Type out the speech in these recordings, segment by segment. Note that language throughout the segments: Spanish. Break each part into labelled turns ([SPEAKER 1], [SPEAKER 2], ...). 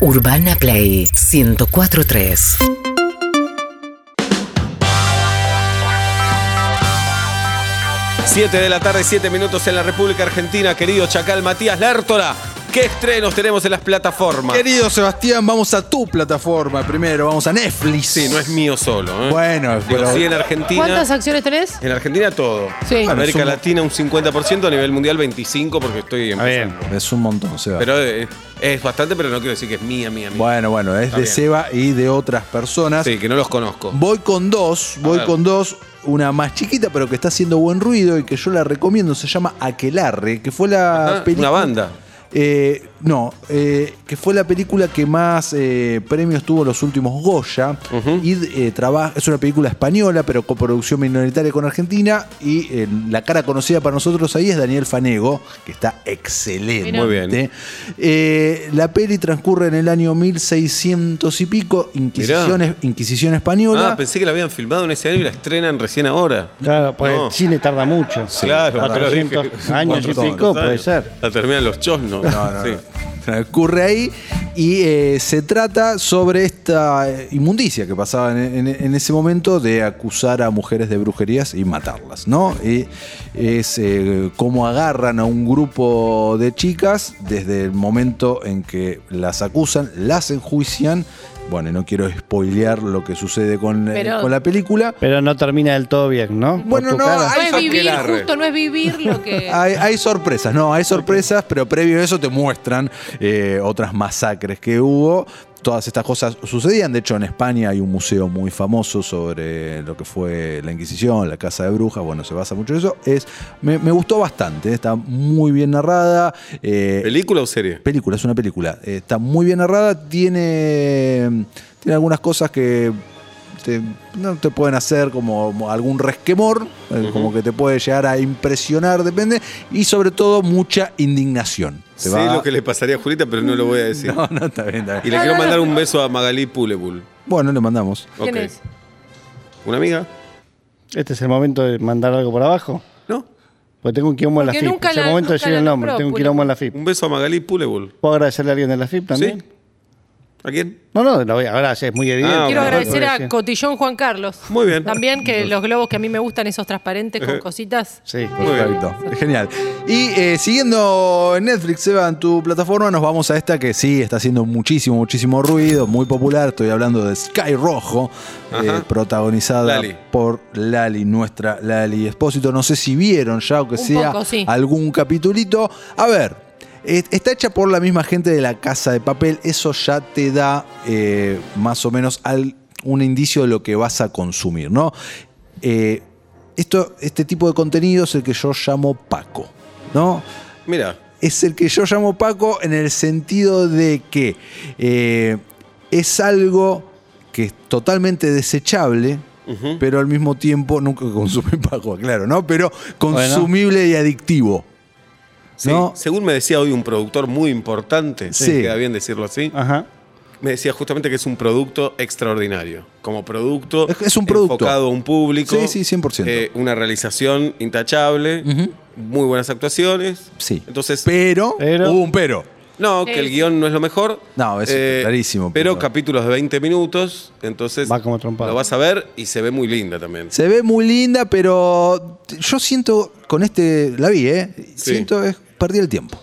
[SPEAKER 1] Urbana Play 1043.
[SPEAKER 2] Siete de la tarde, siete minutos en la República Argentina, querido Chacal Matías Lártora. ¿Qué estrenos tenemos en las plataformas?
[SPEAKER 3] Querido Sebastián, vamos a tu plataforma primero, vamos a Netflix.
[SPEAKER 2] Sí, no es mío solo. ¿eh?
[SPEAKER 3] Bueno,
[SPEAKER 2] Digo,
[SPEAKER 3] pero-
[SPEAKER 2] sí, en Argentina.
[SPEAKER 4] ¿Cuántas acciones tenés?
[SPEAKER 2] En Argentina todo.
[SPEAKER 4] Sí.
[SPEAKER 3] Bueno,
[SPEAKER 2] América
[SPEAKER 3] sumo-
[SPEAKER 2] Latina un 50%, a nivel mundial 25% porque estoy
[SPEAKER 5] Está bien.
[SPEAKER 2] empezando.
[SPEAKER 3] Es un montón, Seba.
[SPEAKER 2] Pero eh, es bastante, pero no quiero decir que es mía, mía, mía.
[SPEAKER 3] bueno, bueno, es
[SPEAKER 2] Está
[SPEAKER 3] de
[SPEAKER 2] bien.
[SPEAKER 3] Seba y de otras personas.
[SPEAKER 2] Sí, que no los conozco.
[SPEAKER 3] Voy con dos,
[SPEAKER 2] A
[SPEAKER 3] voy
[SPEAKER 2] ver.
[SPEAKER 3] con dos. Una más chiquita, pero que está haciendo buen ruido y que yo la recomiendo, se llama Aquelarre, que fue la
[SPEAKER 2] Ajá,
[SPEAKER 3] película.
[SPEAKER 2] Ah, una banda.
[SPEAKER 3] Eh, no, eh, que fue la película que más eh, premios tuvo en los últimos Goya. Y eh, trabaja, es una película española, pero con producción minoritaria con Argentina. Y eh, la cara conocida para nosotros ahí es Daniel Fanego, que está excelente.
[SPEAKER 2] Muy bien.
[SPEAKER 3] Eh, la peli transcurre en el año 1600 y pico, Inquisición, Inquisición Española.
[SPEAKER 2] Ah, pensé que la habían filmado en ese año y la estrenan recién ahora.
[SPEAKER 5] Claro, porque
[SPEAKER 2] No.
[SPEAKER 5] el cine tarda mucho.
[SPEAKER 2] Claro, pero
[SPEAKER 5] 400
[SPEAKER 2] dije-
[SPEAKER 5] años y
[SPEAKER 3] 400
[SPEAKER 5] pico, puede ser.
[SPEAKER 2] La terminan los chosnos.
[SPEAKER 3] No, no,
[SPEAKER 2] Sí.
[SPEAKER 3] no. Transcurre ahí y eh, se trata sobre esta eh, inmundicia que pasaba en, en- en ese momento de acusar a mujeres de brujerías y matarlas, ¿no? Y es eh, cómo agarran a un grupo de chicas desde el momento en que las acusan, las enjuician. Bueno, y no quiero spoilear lo que sucede con, eh,
[SPEAKER 4] Pero-
[SPEAKER 3] con la película.
[SPEAKER 5] Pero no termina del todo bien, ¿no? Por
[SPEAKER 3] Bueno,
[SPEAKER 5] tu
[SPEAKER 3] no,
[SPEAKER 5] cara.
[SPEAKER 4] No
[SPEAKER 3] hay
[SPEAKER 4] es vivir,
[SPEAKER 2] Aquelarre.
[SPEAKER 4] justo no es vivir lo que.
[SPEAKER 2] Ah,
[SPEAKER 3] Hay, hay sorpresas, no, hay sorpresas, pero previo a eso te muestran eh, otras masacres que hubo. Todas estas cosas sucedían. De hecho, en España hay un museo muy famoso sobre lo que fue la Inquisición, la Casa de Brujas. Bueno, se basa mucho en eso. Es, me, me gustó bastante. ¿eh? Está muy bien narrada. eh,
[SPEAKER 2] ¿Película o serie?
[SPEAKER 3] película, es una película. Eh, está muy bien narrada, tiene, tiene algunas cosas que te, no te pueden hacer como, como algún resquemor, eh, como que te puede llegar a impresionar, depende, y sobre todo mucha indignación. Te
[SPEAKER 2] Sé
[SPEAKER 3] va-
[SPEAKER 2] lo que le pasaría a Julita, pero no lo voy a decir.
[SPEAKER 3] No, no, está bien, está
[SPEAKER 2] Y
[SPEAKER 3] bien.
[SPEAKER 2] le quiero mandar un beso a Magalí Pulebul.
[SPEAKER 3] Bueno, le mandamos.
[SPEAKER 2] Ok.
[SPEAKER 4] ¿Quién es?
[SPEAKER 2] ¿Una amiga?
[SPEAKER 5] Este es el momento de mandar algo por abajo.
[SPEAKER 2] ¿No?
[SPEAKER 5] Porque tengo un quilombo en la
[SPEAKER 4] Porque
[SPEAKER 5] FIP.
[SPEAKER 4] nunca
[SPEAKER 5] es el
[SPEAKER 4] la-
[SPEAKER 5] momento de
[SPEAKER 4] nunca
[SPEAKER 5] decir
[SPEAKER 4] la
[SPEAKER 5] el nombre.
[SPEAKER 4] nombró,
[SPEAKER 5] Tengo un
[SPEAKER 4] Puli.
[SPEAKER 5] quilombo en la FIP.
[SPEAKER 2] Un beso a Magalí Pulebul.
[SPEAKER 5] ¿Puedo agradecerle a alguien de la FIP también?
[SPEAKER 2] ¿Sí? ¿A quién?
[SPEAKER 5] No, no, lo voy a agradecer, es muy evidente.
[SPEAKER 2] Ah,
[SPEAKER 4] Quiero
[SPEAKER 2] bueno,
[SPEAKER 4] agradecer
[SPEAKER 5] Sí.
[SPEAKER 4] a Cotillón Juan Carlos.
[SPEAKER 2] Muy bien.
[SPEAKER 4] También que los globos que a mí me gustan, esos transparentes con cositas.
[SPEAKER 5] Sí.
[SPEAKER 2] Muy bien.
[SPEAKER 3] Perfecto, genial. Y eh, siguiendo en Netflix, Eva, en tu plataforma, nos vamos a esta que sí está haciendo muchísimo, muchísimo ruido, muy popular. Estoy hablando de Sky Rojo, eh,
[SPEAKER 2] Ajá.
[SPEAKER 3] protagonizada
[SPEAKER 2] Lali.
[SPEAKER 3] por Lali, nuestra Lali Espósito. No sé si vieron ya, aunque
[SPEAKER 4] Un
[SPEAKER 3] sea
[SPEAKER 4] poco, sí.
[SPEAKER 3] algún capitulito. A ver. es- Está hecha por la misma gente de la casa de papel, eso ya te da eh, más o menos al- un indicio de lo que vas a consumir, ¿no? Eh, esto, este tipo de contenido es el que yo llamo Paco, ¿no?
[SPEAKER 2] Mira,
[SPEAKER 3] Es el que yo llamo Paco en el sentido de que eh, es algo que es totalmente desechable,
[SPEAKER 2] Ujú.
[SPEAKER 3] pero al mismo tiempo nunca consume Paco, claro, ¿no? Pero consumible y adictivo.
[SPEAKER 2] sí,
[SPEAKER 3] ¿No?
[SPEAKER 2] según me decía hoy un productor muy importante,
[SPEAKER 3] Sí. Ah.
[SPEAKER 2] si queda bien decirlo así,
[SPEAKER 5] Ajá.
[SPEAKER 2] me decía justamente que es un producto extraordinario. Como producto,
[SPEAKER 3] Es- es un producto.
[SPEAKER 2] enfocado a un público.
[SPEAKER 3] Sí, sí, 100%.
[SPEAKER 2] eh, una realización intachable,
[SPEAKER 3] Ujú.
[SPEAKER 2] muy buenas actuaciones.
[SPEAKER 3] Sí.
[SPEAKER 2] Entonces,
[SPEAKER 3] Pero,
[SPEAKER 5] Pero-
[SPEAKER 3] hubo un pero.
[SPEAKER 2] no, que
[SPEAKER 4] Sí,
[SPEAKER 2] el
[SPEAKER 4] sí.
[SPEAKER 2] guión no es lo mejor. Eh,
[SPEAKER 3] No, eso es clarísimo,
[SPEAKER 2] Pero,
[SPEAKER 3] pero-
[SPEAKER 2] capítulos de 20 minutos, entonces
[SPEAKER 5] Va como trompada.
[SPEAKER 2] lo vas a ver y se ve muy linda también.
[SPEAKER 3] Se ve muy linda, pero yo siento con este, la vi, ¿eh?
[SPEAKER 2] Sí.
[SPEAKER 3] Siento es perdí el tiempo.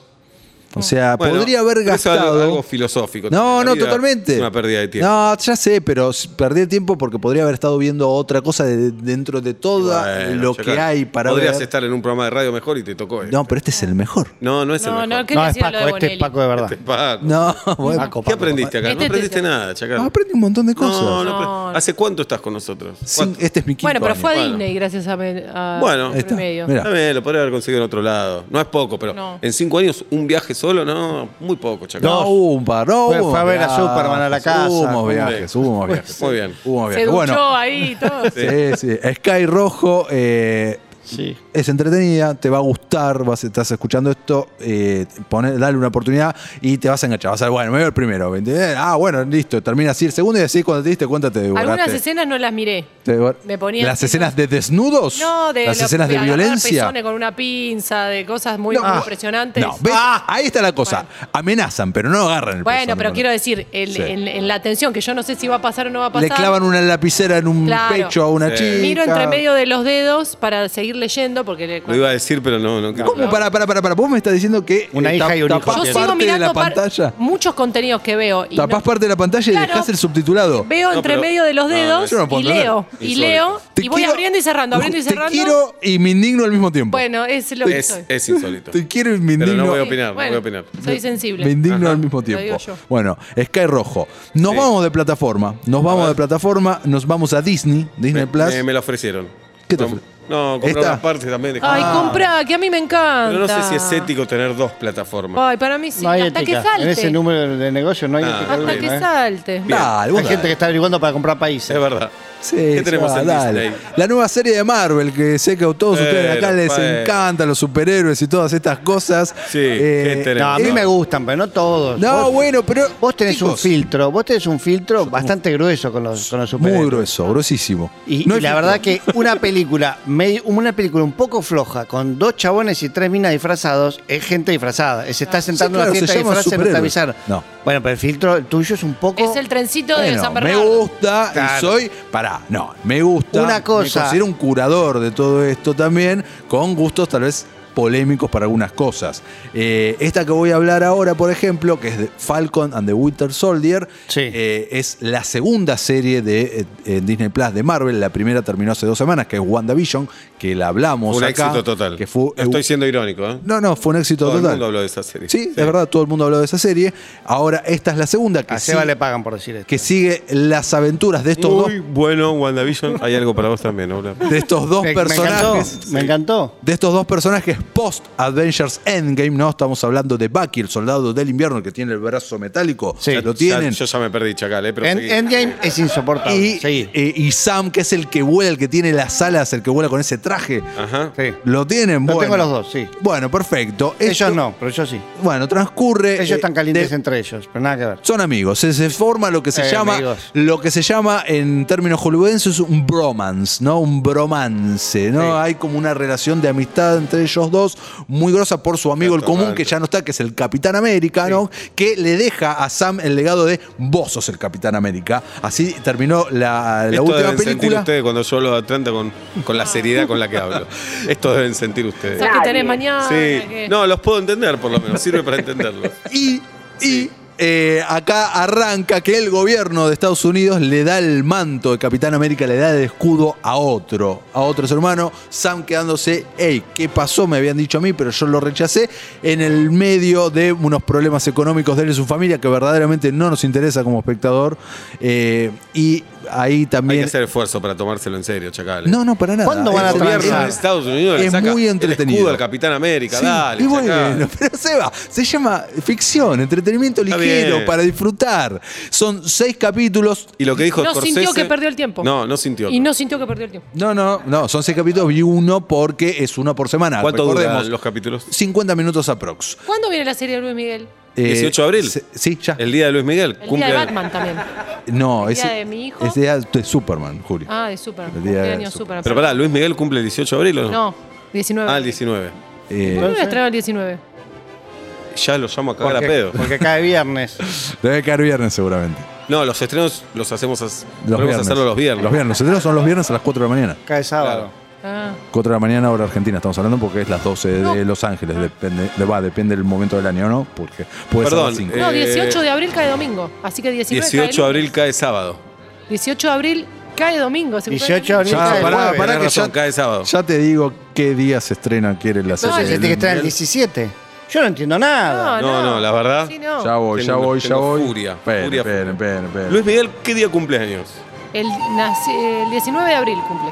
[SPEAKER 3] O sea,
[SPEAKER 2] Bueno,
[SPEAKER 3] podría haber
[SPEAKER 2] pero eso es algo-
[SPEAKER 3] gastado
[SPEAKER 2] algo filosófico
[SPEAKER 3] No,
[SPEAKER 2] también. La
[SPEAKER 3] no,
[SPEAKER 2] vida
[SPEAKER 3] totalmente.
[SPEAKER 2] es una pérdida de tiempo.
[SPEAKER 3] No, ya sé, pero s- perdí el tiempo porque podría haber estado viendo otra cosa de- dentro de todo
[SPEAKER 2] Bueno,
[SPEAKER 3] lo
[SPEAKER 2] Chacal,
[SPEAKER 3] que hay para
[SPEAKER 2] Podrías
[SPEAKER 3] ver.
[SPEAKER 2] estar en un programa de radio mejor y te tocó esto.
[SPEAKER 3] No, pero este es el mejor.
[SPEAKER 2] No, no es el mejor.
[SPEAKER 4] No, no, ¿qué
[SPEAKER 5] No, es
[SPEAKER 4] decía
[SPEAKER 5] Paco,
[SPEAKER 4] lo de
[SPEAKER 5] este es
[SPEAKER 4] Bonelli?
[SPEAKER 5] Paco de verdad.
[SPEAKER 2] Paco.
[SPEAKER 3] No, bueno.
[SPEAKER 5] Paco,
[SPEAKER 2] ¿Qué
[SPEAKER 5] Paco,
[SPEAKER 2] aprendiste acá? no
[SPEAKER 4] Este te-
[SPEAKER 2] aprendiste nada, Chacal.
[SPEAKER 3] Ah, Aprendí un montón de cosas.
[SPEAKER 2] no, no,
[SPEAKER 4] No,
[SPEAKER 2] apre-
[SPEAKER 4] no.
[SPEAKER 2] ¿Hace cuánto estás con nosotros?
[SPEAKER 3] Sin-
[SPEAKER 2] ¿Cuánto?
[SPEAKER 3] este es mi quinto
[SPEAKER 4] Bueno, pero fue a
[SPEAKER 3] año.
[SPEAKER 2] Bueno.
[SPEAKER 4] Disney gracias a. me- a
[SPEAKER 2] Bueno. Ahí
[SPEAKER 3] está,
[SPEAKER 4] Medio.
[SPEAKER 3] mira.
[SPEAKER 2] Está bien, lo podría haber conseguido en otro lado. No es poco, pero
[SPEAKER 4] No.
[SPEAKER 2] en cinco años un viaje solo, no, muy poco, Chacal.
[SPEAKER 3] No, hubo un par, no,
[SPEAKER 5] Fue-
[SPEAKER 3] hubo
[SPEAKER 5] fue a ver a
[SPEAKER 3] viajes,
[SPEAKER 5] Superman a la casa.
[SPEAKER 3] Hubo
[SPEAKER 5] Muy
[SPEAKER 3] viajes, hubo viajes.
[SPEAKER 2] Muy bien.
[SPEAKER 3] Hubo
[SPEAKER 4] Se
[SPEAKER 3] viajes.
[SPEAKER 4] duchó
[SPEAKER 3] Bueno,
[SPEAKER 4] ahí y todo.
[SPEAKER 3] sí, sí. Sky Rojo, eh,
[SPEAKER 5] Sí.
[SPEAKER 3] Es entretenida, te va a gustar, vas, estás escuchando esto, eh, pone- dale una oportunidad y te vas a enganchar. Vas a ver, bueno, me veo el primero. ¿viste? Eh, ah, bueno, listo. Termina así el segundo y así cuando te diste cuenta te devoraste.
[SPEAKER 4] Algunas escenas no las miré.
[SPEAKER 3] Te devor-
[SPEAKER 4] me ponía-
[SPEAKER 3] ¿Las escenas de desnudos?
[SPEAKER 4] No, de
[SPEAKER 3] ¿Las
[SPEAKER 4] lo-
[SPEAKER 3] escenas de
[SPEAKER 4] agarrar
[SPEAKER 3] violencia?
[SPEAKER 4] pezones con una pinza, de cosas muy,
[SPEAKER 3] No,
[SPEAKER 4] muy
[SPEAKER 3] ah,
[SPEAKER 4] impresionantes.
[SPEAKER 3] No, ¿ves? Ah, ahí está la cosa. Amenazan, pero no agarran el
[SPEAKER 4] Ah. Bueno,
[SPEAKER 3] pezón
[SPEAKER 4] pero
[SPEAKER 3] con-
[SPEAKER 4] quiero decir, el-
[SPEAKER 3] Sí.
[SPEAKER 4] en, en la tensión, que yo no sé si va a pasar o no va a pasar.
[SPEAKER 3] Le clavan una lapicera en un
[SPEAKER 4] Claro.
[SPEAKER 3] pecho a una
[SPEAKER 2] Sí.
[SPEAKER 3] chica.
[SPEAKER 4] Miro entre medio de los dedos para seguir leyendo, porque le-
[SPEAKER 2] Lo iba a decir, pero no, no quiero.
[SPEAKER 3] ¿Cómo? Pará, pará, pará, pará. Vos me estás diciendo que.
[SPEAKER 5] Una
[SPEAKER 3] eh,
[SPEAKER 5] hija
[SPEAKER 3] tap-
[SPEAKER 5] y un hijo.
[SPEAKER 3] tapás
[SPEAKER 4] yo
[SPEAKER 5] Aparte
[SPEAKER 4] sigo
[SPEAKER 3] parte de
[SPEAKER 4] mirando
[SPEAKER 3] la
[SPEAKER 4] par-
[SPEAKER 3] pantalla.
[SPEAKER 4] muchos contenidos que veo. Y
[SPEAKER 3] Tapás
[SPEAKER 4] no-
[SPEAKER 3] parte de la pantalla y
[SPEAKER 4] Claro.
[SPEAKER 3] dejás el subtitulado.
[SPEAKER 4] Veo
[SPEAKER 2] No,
[SPEAKER 4] entre
[SPEAKER 2] pero-
[SPEAKER 4] medio de los
[SPEAKER 2] no, no,
[SPEAKER 4] dedos
[SPEAKER 3] yo no puedo
[SPEAKER 4] y
[SPEAKER 3] entender.
[SPEAKER 4] leo, y
[SPEAKER 2] Insólito.
[SPEAKER 4] leo,
[SPEAKER 3] Te
[SPEAKER 4] y voy
[SPEAKER 3] quiero-
[SPEAKER 4] abriendo y cerrando, abriendo y cerrando.
[SPEAKER 3] Te quiero y me indigno al mismo tiempo.
[SPEAKER 4] Bueno, es lo que
[SPEAKER 2] Es,
[SPEAKER 4] soy.
[SPEAKER 2] es insólito.
[SPEAKER 3] Te quiero y me
[SPEAKER 2] Pero
[SPEAKER 3] indigno.
[SPEAKER 2] no voy a opinar, no
[SPEAKER 4] Bueno,
[SPEAKER 2] voy a opinar.
[SPEAKER 4] Soy sensible.
[SPEAKER 3] Me indigno al mismo
[SPEAKER 4] digo
[SPEAKER 3] tiempo.
[SPEAKER 4] yo.
[SPEAKER 3] Bueno, Sky Rojo. Nos
[SPEAKER 2] Sí.
[SPEAKER 3] vamos de plataforma. Nos vamos de plataforma. Nos vamos a Disney. Disney
[SPEAKER 2] Me,
[SPEAKER 3] Plus.
[SPEAKER 2] me- me la ofrecieron.
[SPEAKER 3] ¿Qué te
[SPEAKER 2] No,
[SPEAKER 3] ofre-
[SPEAKER 2] No, compré
[SPEAKER 3] ¿Esta?
[SPEAKER 2] una parte también. dejé-
[SPEAKER 4] Ay,
[SPEAKER 2] Ah.
[SPEAKER 4] comprá, que a mí me encanta.
[SPEAKER 2] Pero no sé si es ético tener dos plataformas.
[SPEAKER 4] Ay, para mí sí.
[SPEAKER 5] No hay
[SPEAKER 4] hasta
[SPEAKER 5] ética.
[SPEAKER 4] que salte.
[SPEAKER 5] En ese número de negocio no hay
[SPEAKER 2] Ah,
[SPEAKER 5] ética.
[SPEAKER 4] hasta
[SPEAKER 5] alguna,
[SPEAKER 4] que
[SPEAKER 5] ¿eh?
[SPEAKER 4] salte.
[SPEAKER 3] Dale, vos
[SPEAKER 5] Hay gente
[SPEAKER 3] dale.
[SPEAKER 5] que está averiguando para comprar países.
[SPEAKER 2] Es verdad.
[SPEAKER 3] Sí,
[SPEAKER 2] ¿Qué
[SPEAKER 3] ya,
[SPEAKER 2] tenemos en
[SPEAKER 3] dale.
[SPEAKER 2] Disney?
[SPEAKER 3] La nueva serie de Marvel, que sé que a todos ustedes acá
[SPEAKER 2] Pero,
[SPEAKER 3] les
[SPEAKER 2] pa, eh.
[SPEAKER 3] encantan los superhéroes y todas estas cosas.
[SPEAKER 2] Sí,
[SPEAKER 3] Eh,
[SPEAKER 2] ¿qué tenemos?
[SPEAKER 5] No, a mí
[SPEAKER 2] Eh,
[SPEAKER 5] me gustan, pero no todos.
[SPEAKER 3] No,
[SPEAKER 5] Vos-
[SPEAKER 3] bueno, pero.
[SPEAKER 5] Vos tenés un
[SPEAKER 3] chicos,
[SPEAKER 5] filtro, vos tenés un filtro bastante grueso con los, con los
[SPEAKER 3] Muy
[SPEAKER 5] superhéroes.
[SPEAKER 3] grueso, gruesísimo.
[SPEAKER 5] Y,
[SPEAKER 3] No
[SPEAKER 5] y
[SPEAKER 3] hay
[SPEAKER 5] la
[SPEAKER 3] filtro.
[SPEAKER 5] verdad que una película, medio- una película un poco floja, con dos chabones y tres minas disfrazados, es gente disfrazada. Se está sentando en
[SPEAKER 3] claro,
[SPEAKER 5] una
[SPEAKER 3] se
[SPEAKER 5] fiesta
[SPEAKER 3] llama
[SPEAKER 5] disfrazada no está
[SPEAKER 3] superhéroe.
[SPEAKER 5] avisar.
[SPEAKER 3] No.
[SPEAKER 5] Bueno, pero el filtro el tuyo es un poco.
[SPEAKER 4] Es el trencito de
[SPEAKER 3] Bueno,
[SPEAKER 4] San
[SPEAKER 3] me
[SPEAKER 4] Bernardo.
[SPEAKER 3] gusta y
[SPEAKER 5] Claro.
[SPEAKER 3] soy. Pará, no, me gusta.
[SPEAKER 5] Una cosa.
[SPEAKER 3] Me considero un curador de todo esto también, con gustos tal vez polémicos para algunas cosas. Eh, esta que voy a hablar ahora, por ejemplo, que es de Falcon and the Winter Soldier,
[SPEAKER 5] Sí.
[SPEAKER 3] eh, es la segunda serie de eh, eh, Disney Plus de Marvel. La primera terminó hace dos semanas, que es WandaVision, que la hablamos
[SPEAKER 2] Fue un
[SPEAKER 3] acá,
[SPEAKER 2] éxito total.
[SPEAKER 3] Que fue,
[SPEAKER 2] No estoy siendo irónico, ¿eh?
[SPEAKER 3] no, no, fue un éxito
[SPEAKER 2] Todo el
[SPEAKER 3] total.
[SPEAKER 2] mundo habló de esa serie.
[SPEAKER 3] Sí,
[SPEAKER 2] Sí.
[SPEAKER 3] es verdad, todo el mundo habló de esa serie. Ahora esta es la segunda que
[SPEAKER 5] A Ah, Seba
[SPEAKER 3] sí-
[SPEAKER 5] le pagan por decir esto.
[SPEAKER 3] que sigue las aventuras de estos
[SPEAKER 2] Muy bueno, WandaVision. Hay algo para vos también, Ola.
[SPEAKER 3] dos, de estos dos
[SPEAKER 5] me, me encantó,
[SPEAKER 3] personajes.
[SPEAKER 5] me encantó.
[SPEAKER 3] de estos dos personajes post Adventures Endgame, ¿no? Estamos hablando de Bucky, el soldado del invierno que tiene el brazo metálico.
[SPEAKER 5] Sí,
[SPEAKER 3] lo
[SPEAKER 2] Ya-
[SPEAKER 3] tienen.
[SPEAKER 2] yo ya me perdí, Chacal, ¿eh? Pero
[SPEAKER 5] En-
[SPEAKER 2] seguí.
[SPEAKER 5] Endgame es insoportable.
[SPEAKER 3] y,
[SPEAKER 5] sí.
[SPEAKER 3] eh, y Sam, que es el que vuela, el que tiene las alas, el que vuela con ese traje.
[SPEAKER 2] Ajá.
[SPEAKER 5] sí.
[SPEAKER 3] Lo tienen,
[SPEAKER 5] Lo
[SPEAKER 3] bueno.
[SPEAKER 5] tengo los dos, sí.
[SPEAKER 3] Bueno, perfecto. Esto-
[SPEAKER 5] Ellos no, pero yo sí.
[SPEAKER 3] Bueno, transcurre.
[SPEAKER 5] Ellos
[SPEAKER 3] eh,
[SPEAKER 5] están calientes
[SPEAKER 3] de-
[SPEAKER 5] entre ellos, pero nada que ver.
[SPEAKER 3] Son amigos, se, se forma lo que se
[SPEAKER 5] Eh,
[SPEAKER 3] llama
[SPEAKER 5] amigos.
[SPEAKER 3] lo que se llama en términos hollywoodenses un bromance, ¿no? Un bromance, ¿no?
[SPEAKER 5] Sí.
[SPEAKER 3] Hay como una relación de amistad entre ellos dos muy grosa por su amigo el común que
[SPEAKER 2] Totalmente.
[SPEAKER 3] ya no está, que es el Capitán América, ¿no? Que le deja a Sam el legado de vos sos el Capitán América. Así terminó la, la
[SPEAKER 2] Esto
[SPEAKER 3] última
[SPEAKER 2] deben sentir
[SPEAKER 3] película.
[SPEAKER 2] ustedes cuando yo hablo de Atlanta con, con la seriedad con la que hablo. Esto deben sentir ustedes.
[SPEAKER 4] ¿Sabes que tenés mañana?
[SPEAKER 2] Sí.
[SPEAKER 4] que-
[SPEAKER 2] No, los puedo entender por lo menos. Sirve para entenderlos.
[SPEAKER 3] Y, y eh, acá arranca que el gobierno de Estados Unidos le da el manto de Capitán América, le da el escudo a otro, a otro ser humano. Sam quedándose, hey, ¿qué pasó? Me habían dicho a mí, pero yo lo rechacé. En el medio de unos problemas económicos de él y su familia que verdaderamente no nos interesa como espectador. Eh, y ahí
[SPEAKER 2] Hay
[SPEAKER 3] también.
[SPEAKER 2] que hacer esfuerzo para tomárselo en serio, Chacal.
[SPEAKER 3] No, no, para nada.
[SPEAKER 5] ¿Cuándo van a
[SPEAKER 3] El
[SPEAKER 2] El
[SPEAKER 3] gobierno
[SPEAKER 2] gobierno de
[SPEAKER 5] transar?
[SPEAKER 2] Estados Unidos le
[SPEAKER 3] Es
[SPEAKER 2] saca
[SPEAKER 3] muy
[SPEAKER 2] el
[SPEAKER 3] entretenido.
[SPEAKER 2] escudo al Capitán América.
[SPEAKER 3] Sí,
[SPEAKER 2] dale,
[SPEAKER 3] y
[SPEAKER 2] Chacal.
[SPEAKER 3] bueno, pero se va. Se llama ficción, entretenimiento
[SPEAKER 2] Está
[SPEAKER 3] ligero
[SPEAKER 2] bien.
[SPEAKER 3] para disfrutar. Son seis capítulos.
[SPEAKER 2] Y lo que dijo
[SPEAKER 4] No
[SPEAKER 2] Scorsese-
[SPEAKER 4] sintió que perdió el tiempo.
[SPEAKER 2] No, no sintió.
[SPEAKER 4] Y no sintió que perdió el tiempo.
[SPEAKER 3] No, no, no, son seis capítulos, vi uno porque es uno por semana.
[SPEAKER 2] ¿Cuánto
[SPEAKER 3] Recordemos,
[SPEAKER 2] duran los capítulos?
[SPEAKER 3] 50 minutos aprox.
[SPEAKER 4] ¿Cuándo viene la serie de Luis Miguel?
[SPEAKER 3] Eh,
[SPEAKER 2] 18 de abril.
[SPEAKER 3] se- Sí, ya.
[SPEAKER 2] El día de Luis Miguel.
[SPEAKER 4] El día
[SPEAKER 2] cumple
[SPEAKER 4] de Batman también.
[SPEAKER 3] no,
[SPEAKER 4] el
[SPEAKER 3] es,
[SPEAKER 4] día de mi hijo.
[SPEAKER 3] es día de Superman, Julio.
[SPEAKER 4] Ah, de Superman.
[SPEAKER 3] El día de
[SPEAKER 4] Cumpleaños
[SPEAKER 3] Superman.
[SPEAKER 4] Superman.
[SPEAKER 2] Pero pará, Luis Miguel cumple el 18 de abril o no?
[SPEAKER 4] No, 19.
[SPEAKER 2] Ah, el 19.
[SPEAKER 3] Eh,
[SPEAKER 4] ¿Por qué no la estrenaron el 19?
[SPEAKER 2] Ya lo llamo acá a
[SPEAKER 5] Porque,
[SPEAKER 2] pedo.
[SPEAKER 5] porque cae viernes.
[SPEAKER 3] debe caer viernes seguramente.
[SPEAKER 2] No, los estrenos los hacemos as-
[SPEAKER 3] Los
[SPEAKER 2] podemos
[SPEAKER 3] viernes.
[SPEAKER 2] hacerlo los viernes.
[SPEAKER 3] Los viernes. Los estrenos son los viernes a las 4 de la mañana.
[SPEAKER 5] Cae sábado.
[SPEAKER 4] Ah.
[SPEAKER 3] 4 de la mañana hora argentina, estamos hablando porque es las 12 de Los Ángeles, depende, de- va, depende del momento del año, ¿no? Porque puede ser
[SPEAKER 2] Perdón,
[SPEAKER 3] las cinco.
[SPEAKER 2] eh,
[SPEAKER 4] No, 18 de abril cae domingo. Así que 19 cae
[SPEAKER 2] 18 de abril
[SPEAKER 4] lunes.
[SPEAKER 2] cae sábado.
[SPEAKER 4] 18 de abril cae domingo. se cumple
[SPEAKER 5] 18 de abril
[SPEAKER 3] Ya,
[SPEAKER 5] cae
[SPEAKER 3] pará,
[SPEAKER 5] jueves.
[SPEAKER 3] pará
[SPEAKER 2] tenés
[SPEAKER 3] que
[SPEAKER 2] razón,
[SPEAKER 3] ya,
[SPEAKER 2] cae sábado.
[SPEAKER 3] ya te digo qué día se estrena, quiere la
[SPEAKER 5] No,
[SPEAKER 3] serie.
[SPEAKER 5] tiene que estar el 17. Yo no entiendo nada.
[SPEAKER 4] No,
[SPEAKER 2] No, no, la verdad.
[SPEAKER 4] Ah, Sí, no.
[SPEAKER 3] Ya voy, ya
[SPEAKER 2] Tengo-
[SPEAKER 3] voy, ya
[SPEAKER 2] tengo
[SPEAKER 3] voy.
[SPEAKER 2] furia,
[SPEAKER 3] Esperen,
[SPEAKER 2] furia,
[SPEAKER 3] esperen,
[SPEAKER 2] furia.
[SPEAKER 3] esperen, esperen.
[SPEAKER 2] Luis Miguel, ¿qué día cumpleaños?
[SPEAKER 4] El, nace- el 19 de abril cumple.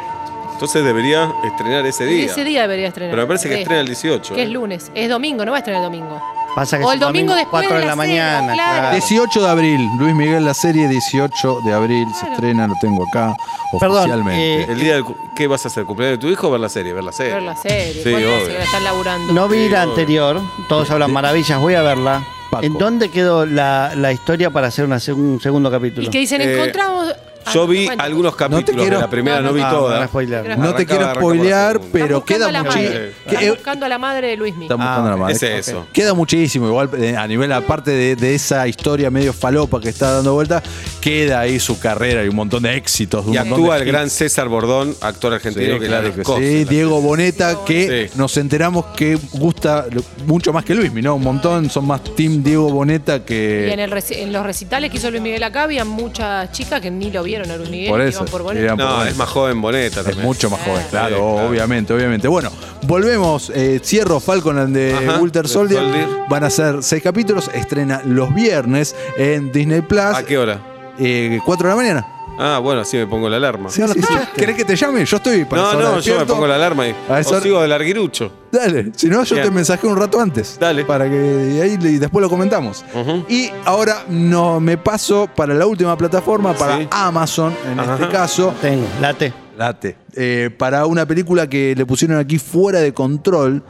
[SPEAKER 2] Entonces debería estrenar ese día.
[SPEAKER 4] Ese día debería estrenar.
[SPEAKER 2] Pero me parece que
[SPEAKER 4] Sí.
[SPEAKER 2] estrena el 18.
[SPEAKER 4] Que
[SPEAKER 2] ¿eh?
[SPEAKER 4] es lunes. Es domingo, no va a estrenar el domingo.
[SPEAKER 5] Pasa que
[SPEAKER 4] O
[SPEAKER 5] es
[SPEAKER 4] el domingo después de
[SPEAKER 5] 4 de la,
[SPEAKER 4] la cena,
[SPEAKER 5] mañana.
[SPEAKER 4] claro.
[SPEAKER 5] claro.
[SPEAKER 3] 18 de abril, Luis Miguel, la serie 18 de abril se estrena, lo tengo acá
[SPEAKER 5] Perdón,
[SPEAKER 3] oficialmente.
[SPEAKER 5] eh,
[SPEAKER 2] El día del cu- ¿Qué vas a hacer? ¿Cumpleaños de tu hijo o ver la serie? Ver la serie.
[SPEAKER 4] Ver la serie.
[SPEAKER 2] Sí,
[SPEAKER 4] ¿Cuál es?
[SPEAKER 2] obvio.
[SPEAKER 4] Si la están laburando.
[SPEAKER 5] No vi
[SPEAKER 2] Sí,
[SPEAKER 5] la
[SPEAKER 2] obvio.
[SPEAKER 5] anterior, todos hablan maravillas, voy a verla.
[SPEAKER 3] Paco.
[SPEAKER 5] ¿En dónde quedó la, la historia para hacer una seg- un segundo capítulo?
[SPEAKER 4] Y que dicen,
[SPEAKER 2] Eh,
[SPEAKER 4] encontramos. Ah,
[SPEAKER 2] Yo vi
[SPEAKER 4] bueno.
[SPEAKER 2] algunos capítulos
[SPEAKER 3] quiero-
[SPEAKER 2] de la primera, no,
[SPEAKER 4] No,
[SPEAKER 2] vi
[SPEAKER 5] Ah, me van a
[SPEAKER 2] toda.
[SPEAKER 5] spoilear.
[SPEAKER 4] Era-
[SPEAKER 3] no te
[SPEAKER 2] Arrancaba-
[SPEAKER 3] quiero
[SPEAKER 2] arrancaba
[SPEAKER 3] spoilear,
[SPEAKER 2] por la
[SPEAKER 3] pero
[SPEAKER 4] Están buscando
[SPEAKER 3] queda
[SPEAKER 4] a la
[SPEAKER 3] muchi-
[SPEAKER 4] madre.
[SPEAKER 3] que-
[SPEAKER 4] Están
[SPEAKER 3] eh,
[SPEAKER 4] buscando a la madre de Luis
[SPEAKER 3] Están
[SPEAKER 4] Miguel.
[SPEAKER 5] Ah,
[SPEAKER 3] buscando la madre.
[SPEAKER 2] es eso.
[SPEAKER 3] Ok. Queda muchísimo, igual eh, a nivel aparte de, de esa historia medio falopa que está dando vuelta, queda ahí su carrera y un montón de éxitos. un
[SPEAKER 2] Y
[SPEAKER 3] montón
[SPEAKER 2] actúa
[SPEAKER 3] de
[SPEAKER 2] el gran César Bordón, actor
[SPEAKER 3] Sí,
[SPEAKER 2] argentino que la
[SPEAKER 3] claro que
[SPEAKER 2] descoce.
[SPEAKER 3] sí, Diego Boneta, que
[SPEAKER 2] Sí.
[SPEAKER 3] nos enteramos que gusta lo- mucho más que Luismi, ¿no? Un montón, son más Team Diego Boneta
[SPEAKER 4] Y en,
[SPEAKER 3] que.
[SPEAKER 4] el reci- en los recitales que hizo Luis Miguel acá, había muchas chicas que ni lo vieron a Luis Miguel.
[SPEAKER 3] Por
[SPEAKER 4] que
[SPEAKER 3] eso,
[SPEAKER 4] iban por Boneta.
[SPEAKER 3] eran-
[SPEAKER 2] No, es más joven Boneta
[SPEAKER 3] Es
[SPEAKER 2] también.
[SPEAKER 3] mucho más joven,
[SPEAKER 4] Sí,
[SPEAKER 3] claro,
[SPEAKER 2] claro.
[SPEAKER 3] obviamente, obviamente. Bueno, volvemos. eh, cierro Falcon and the
[SPEAKER 2] Ajá,
[SPEAKER 3] Winter
[SPEAKER 2] de
[SPEAKER 3] Soldier.
[SPEAKER 2] Soldier.
[SPEAKER 3] Van a ser seis capítulos. Estrena los viernes en Disney Plus.
[SPEAKER 2] ¿A Ah, qué hora?
[SPEAKER 3] Eh, 4 de la mañana.
[SPEAKER 2] Ah, bueno, así me pongo la alarma.
[SPEAKER 3] Sí, sí, sí. ¿Querés que te llame? Yo estoy para
[SPEAKER 2] no,
[SPEAKER 3] esa hora
[SPEAKER 2] no, yo me
[SPEAKER 3] despierto.
[SPEAKER 2] pongo la alarma y
[SPEAKER 3] A esa
[SPEAKER 2] o
[SPEAKER 3] hora-
[SPEAKER 2] sigo de larguirucho.
[SPEAKER 3] Dale, si no, yo
[SPEAKER 2] Bien.
[SPEAKER 3] te mensajé un rato antes.
[SPEAKER 2] Dale.
[SPEAKER 3] Para que y ahí le- y después lo comentamos.
[SPEAKER 2] Ujú.
[SPEAKER 3] Y ahora no me paso para la última plataforma, para
[SPEAKER 2] Sí.
[SPEAKER 3] Amazon, en
[SPEAKER 2] Ajá.
[SPEAKER 3] este caso.
[SPEAKER 5] Tengo, late.
[SPEAKER 3] Late. Eh, para una película que le pusieron aquí fuera de control.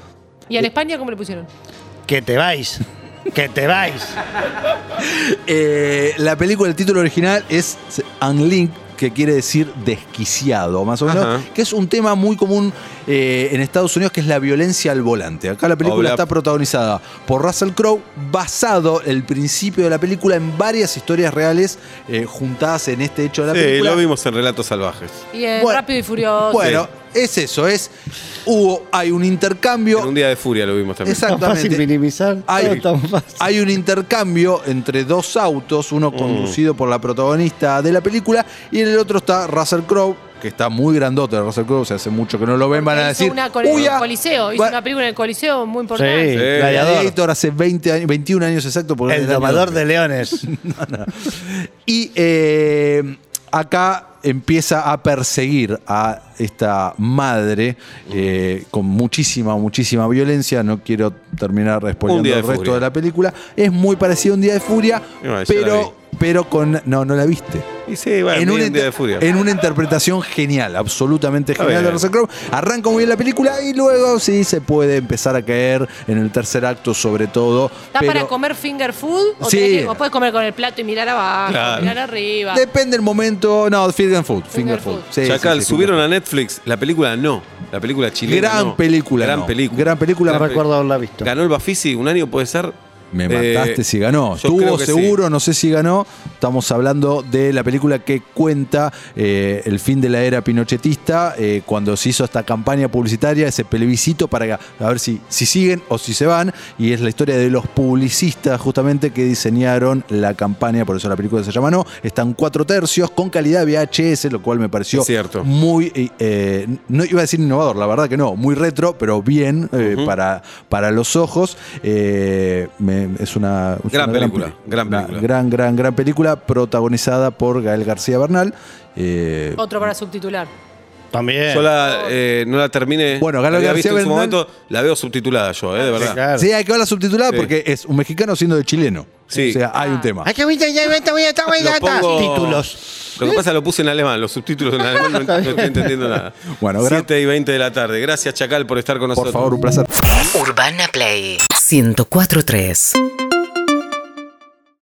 [SPEAKER 4] ¿Y en
[SPEAKER 3] eh,
[SPEAKER 4] España cómo le pusieron?
[SPEAKER 5] Que te vais. Que te vais.
[SPEAKER 3] Eh, la película, el título original es Unlink, que quiere decir desquiciado, más o menos,
[SPEAKER 2] Ajá.
[SPEAKER 3] que es un tema muy común eh, en Estados Unidos, que es la violencia al volante. Acá la película
[SPEAKER 2] Habla-
[SPEAKER 3] está protagonizada por Russell Crowe, basado el principio de la película en varias historias reales eh, juntadas en este hecho de la
[SPEAKER 2] Sí,
[SPEAKER 3] película.
[SPEAKER 2] lo vimos en Relatos Salvajes.
[SPEAKER 4] Y en
[SPEAKER 3] Bueno.
[SPEAKER 4] Rápido y Furioso.
[SPEAKER 3] Bueno, es eso, es hubo, hay un intercambio.
[SPEAKER 2] En un día de furia lo vimos también.
[SPEAKER 5] Tan fácil
[SPEAKER 3] Exactamente.
[SPEAKER 5] minimizar.
[SPEAKER 3] Hay,
[SPEAKER 5] todo tan fácil.
[SPEAKER 3] hay un intercambio entre dos autos, uno
[SPEAKER 5] Mm.
[SPEAKER 3] conducido por la protagonista de la película y en el otro está Russell Crowe, que está muy grandote Russell Crowe, se hace mucho que no lo ven, van a
[SPEAKER 4] Hizo
[SPEAKER 3] decir,
[SPEAKER 4] una con el
[SPEAKER 3] "Uy, ah,
[SPEAKER 4] Coliseo. Hizo
[SPEAKER 3] va-
[SPEAKER 4] una película en el Coliseo muy importante.
[SPEAKER 5] Sí,
[SPEAKER 2] Sí.
[SPEAKER 5] gladiador.
[SPEAKER 3] Gladiator hace 20 años, 21 años exacto. porque
[SPEAKER 5] El
[SPEAKER 3] era año
[SPEAKER 5] domador
[SPEAKER 3] 2000.
[SPEAKER 5] de leones.
[SPEAKER 3] Y eh, acá empieza a perseguir a esta madre eh, con muchísima, muchísima violencia. No quiero terminar
[SPEAKER 2] Un
[SPEAKER 3] respondiendo
[SPEAKER 2] día de
[SPEAKER 3] el resto
[SPEAKER 2] furia.
[SPEAKER 3] de la película. Es muy parecido a un día de furia,
[SPEAKER 2] Y bueno, ya la vi.
[SPEAKER 3] pero, pero con. No, no la viste.
[SPEAKER 2] Y sí, bueno, vi
[SPEAKER 3] una
[SPEAKER 2] un día
[SPEAKER 3] inter-
[SPEAKER 2] de furia.
[SPEAKER 3] en una interpretación genial, absolutamente
[SPEAKER 2] Está
[SPEAKER 3] genial de
[SPEAKER 2] bien.
[SPEAKER 3] Russell Crowe. Arranca muy bien la película y luego sí se puede empezar a caer en el tercer acto, sobre todo.
[SPEAKER 4] ¿Está
[SPEAKER 3] pero-
[SPEAKER 4] para comer finger food? O,
[SPEAKER 3] Sí.
[SPEAKER 4] tenés que- o puedes comer con el plato y mirar abajo,
[SPEAKER 2] Claro.
[SPEAKER 4] mirar arriba.
[SPEAKER 3] Depende el momento. No, Finger Food. Finger,
[SPEAKER 4] Finger
[SPEAKER 3] Food.
[SPEAKER 4] Food.
[SPEAKER 3] Sí,
[SPEAKER 2] Chacal,
[SPEAKER 3] sí, sí,
[SPEAKER 2] subieron
[SPEAKER 3] Finger
[SPEAKER 2] a Netflix la película No, la película
[SPEAKER 3] Food.
[SPEAKER 2] chilena.
[SPEAKER 3] Gran
[SPEAKER 2] No.
[SPEAKER 3] película.
[SPEAKER 2] Gran
[SPEAKER 3] no.
[SPEAKER 2] película.
[SPEAKER 3] Gran película.
[SPEAKER 5] No recuerdo haberla visto.
[SPEAKER 2] Ganó el Bafisi un año, puede ser.
[SPEAKER 3] Me
[SPEAKER 2] Eh,
[SPEAKER 3] mataste si ganó.
[SPEAKER 2] yo creo
[SPEAKER 3] Estuvo
[SPEAKER 2] que sí.
[SPEAKER 3] seguro, no sé si ganó. Estamos hablando de la película que cuenta eh, el fin de la era pinochetista, eh, cuando se hizo esta campaña publicitaria, ese plebiscito para a ver si, si siguen o si se van. Y es la historia de los publicistas justamente que diseñaron la campaña, por eso la película se llama No. Están cuatro tercios con calidad VHS, lo cual me pareció
[SPEAKER 2] Es cierto.
[SPEAKER 3] muy, eh, no iba a decir innovador, la verdad que no, muy retro, pero bien eh, para, para los ojos. Eh, me- es una, es
[SPEAKER 2] Gran
[SPEAKER 3] una
[SPEAKER 2] película,
[SPEAKER 3] peli-
[SPEAKER 2] gran
[SPEAKER 3] una
[SPEAKER 2] película.
[SPEAKER 3] gran, gran, gran película protagonizada por Gael García Bernal. Eh,
[SPEAKER 4] Otro para subtitular.
[SPEAKER 5] También.
[SPEAKER 2] Yo la, eh, no la terminé.
[SPEAKER 3] Bueno, Galo
[SPEAKER 2] La había
[SPEAKER 3] García
[SPEAKER 2] visto en su
[SPEAKER 3] Bernal-
[SPEAKER 2] momento, la veo subtitulada yo, eh, de
[SPEAKER 5] Sí,
[SPEAKER 2] verdad.
[SPEAKER 5] claro.
[SPEAKER 3] Sí, hay que verla subtitulada
[SPEAKER 2] Sí.
[SPEAKER 3] porque es un mexicano siendo de chileno.
[SPEAKER 2] Sí.
[SPEAKER 3] O sea, hay un tema.
[SPEAKER 5] Ay, que viste, ya viste, voy a estar, voy a
[SPEAKER 2] Lo
[SPEAKER 5] estar.
[SPEAKER 2] pongo-
[SPEAKER 5] Títulos.
[SPEAKER 2] Lo que pasa lo puse en alemán, los subtítulos en alemán, no, no estoy entendiendo nada.
[SPEAKER 3] Bueno, gran-
[SPEAKER 2] 7 y 20 de la tarde. Gracias, Chacal, por estar con
[SPEAKER 3] Por
[SPEAKER 2] nosotros.
[SPEAKER 3] favor, un placer.
[SPEAKER 1] Urbana Play 1043.